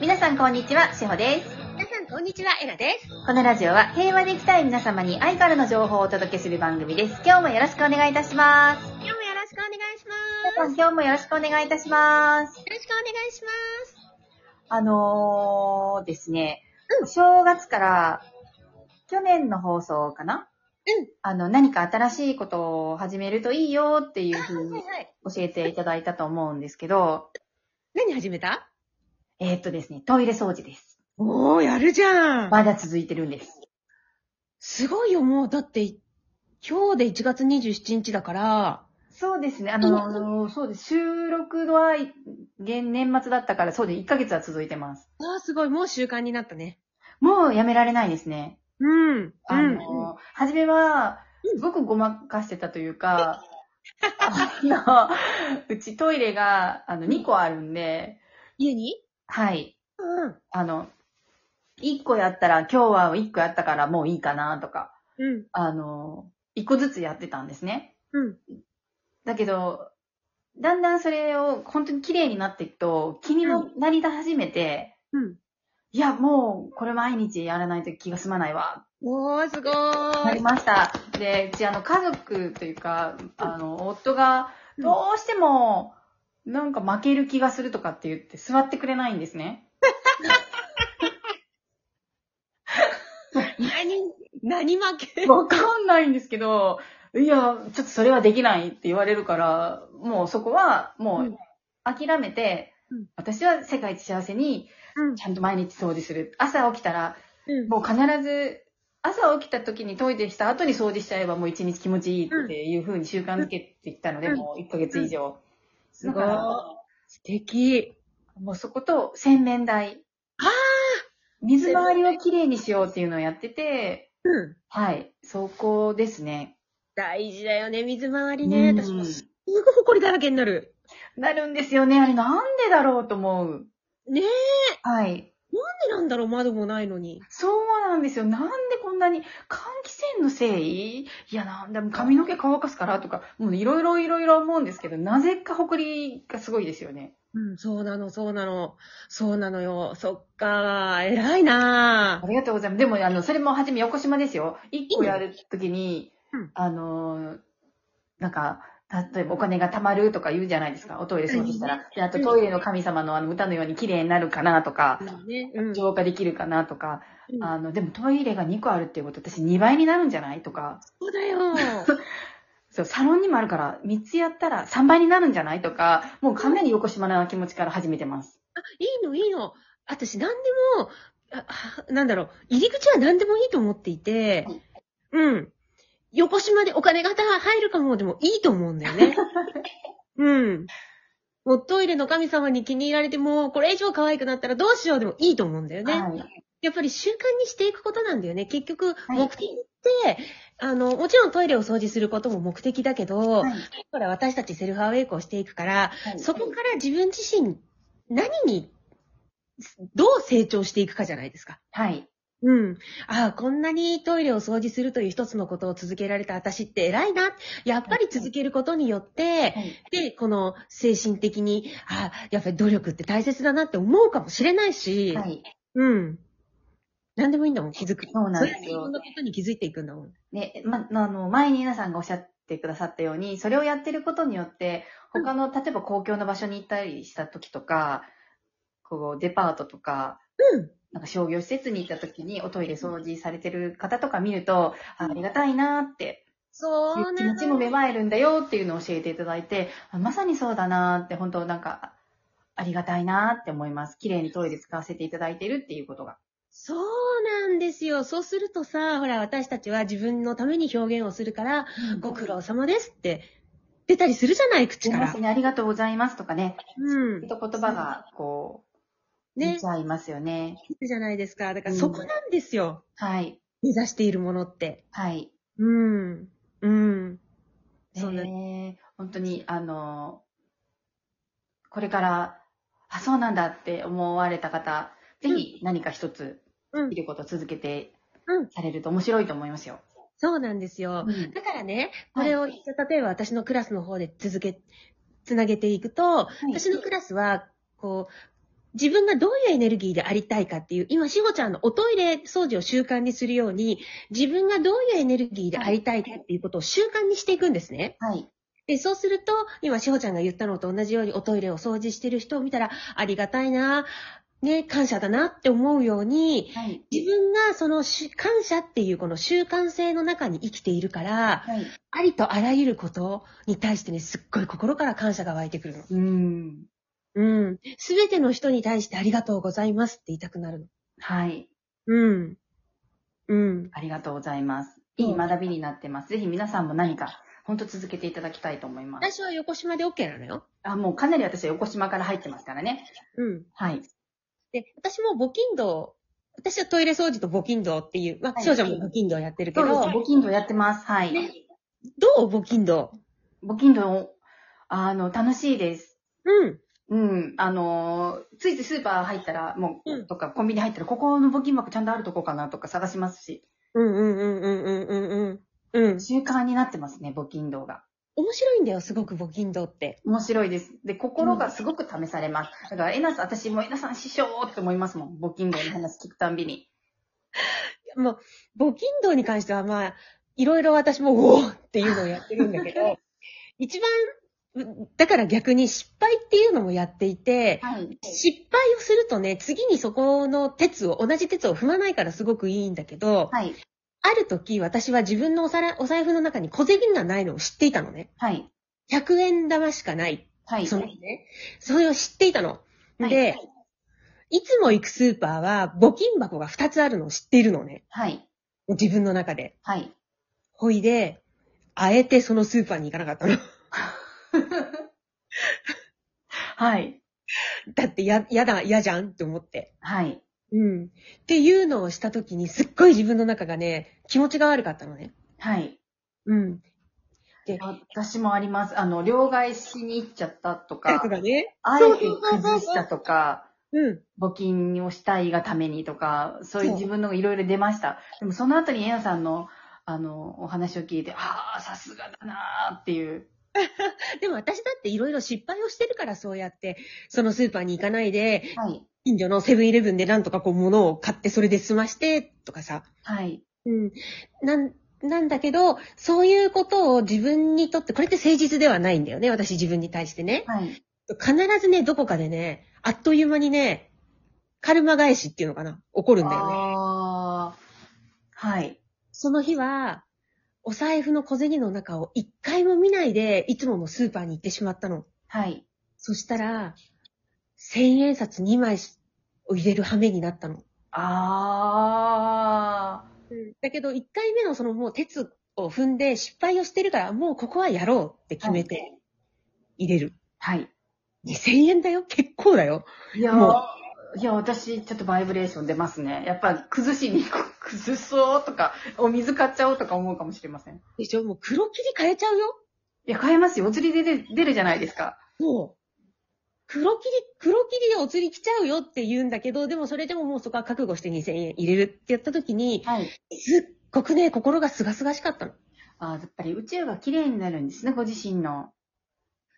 皆さんこんにちは、しほです。皆さん、こんにちは、エナです。このラジオは平和で生きたい皆様に愛からの情報をお届けする番組です。今日もよろしくお願いいたします。今日もよろしくお願いしま皆さんす。今日もよろしくお願いいたします。よろしくお願いします。あのー、ですね、うん正月から去年の放送かなうんあの、何か新しいことを始めるといいよっていうふうにはいはい。教えていただいたと思うんですけど、何始めたえーっとですね、トイレ掃除です。おー、やるじゃん。まだ続いてるんです。すごいよ、もう。だって、今日で1月27日だから、そうですね、あのー、そうです。収録は現年末だったから、そうです。1ヶ月は続いてます。あー、すごい、もう習慣になったね。もうやめられないですね。うん。あのー、初めは、すごくごまかしてたというか、あの、うちトイレが、あの、2個あるんで、家にはい。うん。あの、1個やったら、今日は1個やったからもういいかなとか、うん。あの、1個ずつやってたんですね。うん。だけど、だんだんそれを本当に綺麗になっていくと、気にななりだ始めて、うん。いや、もう、これ毎日やらないと気が済まないわ、おー、すごなーりい。ました。で、うちあの家族というか、あの、夫がうんどうしても、なんか負ける気がするとかって言って座ってくれないんですね。何、何負 けわかんないんですけど、いや、ちょっとそれはできないって言われるから、もうそこは、もうんう諦めて、うん私は世界一幸せに、うん。ちゃんと毎日掃除する。朝起きたら、うん。もう必ず、朝起きた時にトイレした後に掃除しちゃえばもう一日気持ちいいっていう風に習慣づけてきたので、うんもう1ヶ月以上。すごだかい。ら素敵。もうそこと洗面台。あー水回りをきれいにしようっていうのをやってて、うん。はい、そこですね。大事だよね、水回りうね。ん私もすごい埃だらけになる。なるんですよね。あれなんでだろうと思う。ねえ。はい。なんでなんだろう、窓もないのに。そうなんですよ。なんでこんなに、換気扇のせいいや、なんだ、髪の毛乾かすからとか、もういろいろいろいろ思うんですけど、なぜかほこりがすごいですよね。うん、そうなの、そうなの。そうなのよ。そっかー、偉いなありがとうございます。でも、あの、それも初め横島ですよ。一個やるときにうん、あのー、なんか、例えばお金が貯まるとか言うじゃないですか。おトイレ掃除したら。で、あとトイレの神様のあの歌のように綺麗になるかなとかー。、うんね、うん。浄化できるかなとか、うんあの、でもトイレが2個あるっていうこと、私2倍になるんじゃないとか、そうだよ。 そう、サロンにもあるから、3つやったら3倍になるんじゃないとか、もうかなり横島な気持ちから始めてます。いいの、いいの。私、なんでも、ああなんだろう、入り口は何でもいいと思っていてはい、うん。横島でお金が入るかもでもいいと思うんだよ ね。うん。もうトイレの神様に気に入られても、これ以上可愛くなったらどうしようでもいいと思うんだよね。はい。やっぱり習慣にしていくことなんだよね。結局、い目的って、あの、もちろんトイレを掃除することも目的だけど、はいこれは私たちセルフアウェイクをしていくから、はいそこから自分自身、何に、どう成長していくかじゃないですか。はい。うん。ああ、こんなにトイレを掃除するという一つのことを続けられた私って偉いな。やっぱり続けることによって、はいで、この精神的に、ああ、やっぱり努力って大切だなって思うかもしれないし、はい。うん。何でもいいんだもん、気づく。そうなんですよれいろんなことに気づいていくんだもん。ね、ま、あの、前に皆さんがおっしゃってくださったように、それをやってることによって、他の、例えば公共の場所に行ったりした時とか、こう、デパートとか、うんなんか商業施設に行った時におトイレ掃除されてる方とか見ると、あありがたいなーって、そ気持ちも芽生えるんだよっていうのを教えていただいて、あまさにそうだなーって、本当なんか、ありがたいなーって思います。綺麗にトイレ使わせていただいてるっていうことが。そうなんですよ。そうするとさ、ほら、私たちは自分のために表現をするから、ご苦労様ですって出たりするじゃない、出口かまらす。ね。ありがとうございますとかね。うんちょっ。と言葉が、こう、出ねち、ゃいますよね。いいじゃないですか。だからうんそこなんですよ。はい。目指しているものって。はい。うん。うん。そうねね。本当に、あの、これから、あ、そうなんだって思われた方、ぜひ何か一つ、うんできることを続けてうん、されると面白いと思いますよ。そうなんですよ。だからね、これを、例えば私のクラスの方で続け、つなげていくと、い私のクラスは、こう、自分がどういうエネルギーでありたいかっていう、今、しほちゃんのおトイレ掃除を習慣にするように、自分がどういうエネルギーでありたいかっていうことを習慣にしていくんですね。はい。で、そうすると、今、しほちゃんが言ったのと同じように、おトイレを掃除してる人を見たら、ありがたいな、ね、感謝だなって思うように、はい。自分がそのし感謝っていうこの習慣性の中に生きているから、はい。ありとあらゆることに対してね、すっごい心から感謝が湧いてくるの。うん。うん。すべての人に対してありがとうございますって言いたくなるの。はい。うん。うん。ありがとうございます。いい学びになってます。ぜひ皆さんも何か、本当続けていただきたいと思います。私は横島で OK なのよ。あ、もうかなり私は横島から入ってますからね。うん。はい。で、私も募金道、私はトイレ掃除と募金道っていう、まはあ、い少女も募金道やってるけそうど、です。募金道やってます。はい。ねどう募金道募金道、あの、楽しいです。うん。うん。あの、ついついスーパー入ったら、もう、うんとか、コンビニ入ったら、ここの募金箱ちゃんとあるとこかなとか探しますし、うんうんうんうんうんうんうん。うん。習慣になってますね、募金道が。面白いんだよ、すごく募金道って。面白いです。で、心がすごく試されます。だから、えなさん、私もえなさん師匠って思いますもん。募金道の話聞くたんびに。もう、募金道に関してはまあ、いろいろ私も、おおっていうのをやってるんだけど、一番、うだから逆に失敗っていうのもやっていて、はい。失敗をするとね、次にそこの鉄を、同じ鉄を踏まないからすごくいいんだけど、はい。ある時私は自分のお皿お財布の中に小銭がないのを知っていたのね。はい。 100円玉しかない。はい。その日ね。それを知っていたの。はいで、い、つも行くスーパーは募金箱が2つあるのを知っているのね。はい。自分の中で。はい。ほいで、あえてそのスーパーに行かなかったの。 はい。だってや、やだ、嫌じゃんって思って。はい。うん。っていうのをした時に、すっごい自分の中がね、気持ちが悪かったのね。はい。うん。で、私もあります。あの、両替しに行っちゃったとかと、かね。あえて崩したとか、うん。募金をしたいがためにとか、そういうそう自分のがいろいろ出ました。でもその後にエナさんの、あの、お話を聞いて、ああ、さすがだなーっていう。でも私だっていろいろ失敗をしてるから、そうやって、そのスーパーに行かないで、はい。近所のセブンイレブンでなんとかこう物を買ってそれで済まして、とかさ。はい。うん。なん、なんだけど、そういうことを自分にとって、これって誠実ではないんだよね、私自分に対してね。はい。必ずね、どこかでね、あっという間にね、カルマ返しっていうのかな起こるんだよね。ああ。はい。その日は、お財布の小銭の中を一回も見ないで、いつものスーパーに行ってしまったの。はい。そしたら、千円札2枚を入れる羽目になったの。ああ。だけど、一回目のそのもう鉄を踏んで失敗をしてるから、もうここはやろうって決めて入れる。はい。 2000円だよ結構だよ。いやもー、いや、私、ちょっとバイブレーション出ますね。やっぱ、崩しに、崩そうとか、お水買っちゃおうとか思うかもしれません。でしょもう黒切り変えちゃうよいや、買えますよ。お釣りで出る出るじゃないですか。そう。黒切り、黒切りでお釣り来ちゃうよって言うんだけど、でもそれでももうそこは覚悟して2000円入れるってやった時に、はい。すっごくね、心がすがすがしかったの。ああ、やっぱり宇宙が綺麗になるんですね、ご自身の。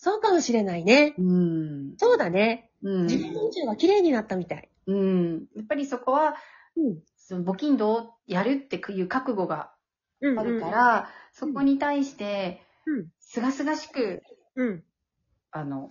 そうかもしれないね。うん。そうだね。う自ん。分の宇宙が綺麗になったみたい。うん。やっぱりそこは、うん。その募金道をやるっていう覚悟がうん、あるから、そこに対してうん、すがすがしく、うん。あの、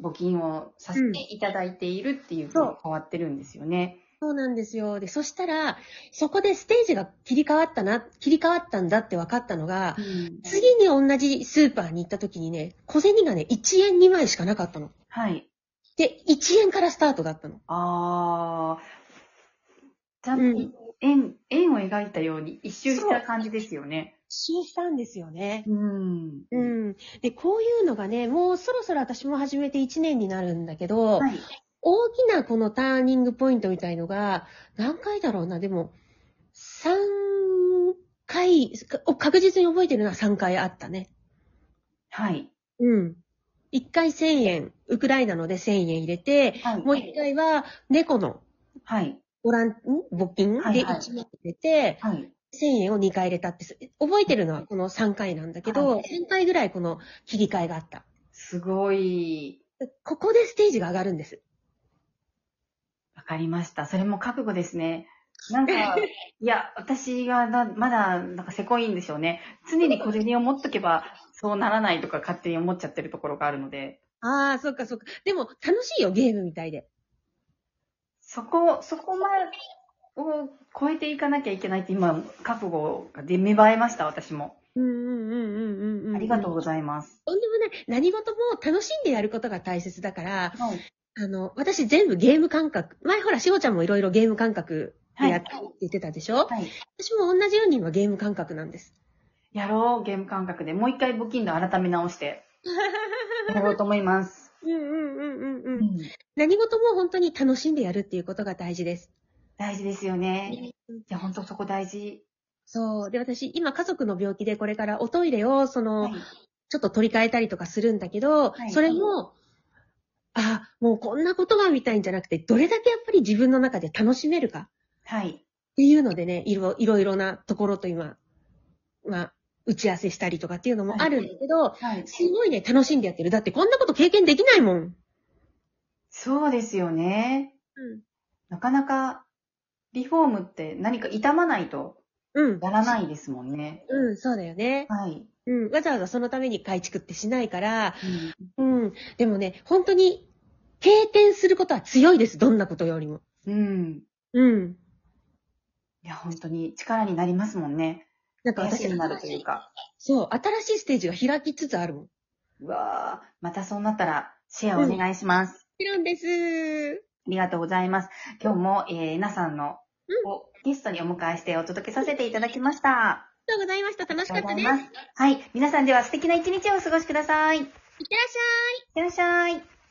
募金をさせていただいているっていうそうのが変わってるんですよね。そうなんですよ。で、そしたら、そこでステージが切り替わったな、切り替わったんだって分かったのが、うん次に同じスーパーに行った時にね、小銭がね、1円2枚しかなかったの。はい。で、1円からスタートだったの。ああ。ちゃんとうん円、円を描いたように一周しそたう感じですよね。一周したんですよね。うん。うん。で、こういうのがね、もうそろそろ私も始めて1年になるんだけど、はい。大きなこのターニングポイントみたいのが、何回だろうな、でも、3回、お確実に覚えてるのは3回あったね。はい。うん。1回1000円、ウクライナので1000円入れて、はい。もう1回は猫のはい。ボラン、ん募金はいで1はい万入れて、はい。 1000円を2回入れたって、覚えてるのはこの3回なんだけど、はい3回ぐらいこの切り替えがあった。すごい。ここでステージが上がるんです。わかりました。それも覚悟ですね。なんか、いや、私がなまだ、なんかせこいんでしょうね。常に小銭を持っとけば、そうならないとか勝手に思っちゃってるところがあるので、ああ、そっかそっか。でも、楽しいよ、ゲームみたいで。そこ、そこまでを超えていかなきゃいけないって今、覚悟がで芽生えました、私も。うんうんうんうんうん。ありがとうごいざいます。ます。とんでもない。何事も楽しんでやることが大切だから、はい。あの、私全部ゲーム感覚。前ほら、しほちゃんもいろいろゲーム感覚でやってはるいって言ってたでしょ、はい。私も同じように今ゲーム感覚なんです。やろう、ゲーム感覚で。もう一回募金度改め直して、やろうと思います。うんうんうんうんううん。ん、何事も本当に楽しんでやるっていうことが大事です。大事ですよね。いや、ほんとそこ大事。そう。で、私、今家族の病気でこれからおトイレを、その、はい。ちょっと取り替えたりとかするんだけど、はいそれも、あ、もうこんなことが見たいんじゃなくて、どれだけやっぱり自分の中で楽しめるかっはい。ていうのでね、いろいろいろなところと今、まあ、打ち合わせしたりとかっていうのもあるんだけど、はい。すごいね、楽しんでやってる。だってこんなこと経験できないもん。うん。そうですよね。なかなか、リフォームって何か傷まないとうん。やらないですもんね。うん、そうだよね。はい。うん。わざわざそのために改築ってしないから、うんうん。でもね、本当に、経験することは強いです。どんなことよりも。うん。うん。いや、本当に力になりますもんね。なんか癒私しになるというか。そう、新しいステージが開きつつあるもん。もうわーまたそうなったら、シェアお願いします。ちろんです。ありがとうございます。今日も、えー、なさんの、うをゲストにお迎えしてお届けさせていただきました。ありがとうございました。楽しあかりっがとたうでございす。います。はい。皆さんでは素敵な一日をお過ごしください。いっってらっしゃい。てらっしゃい。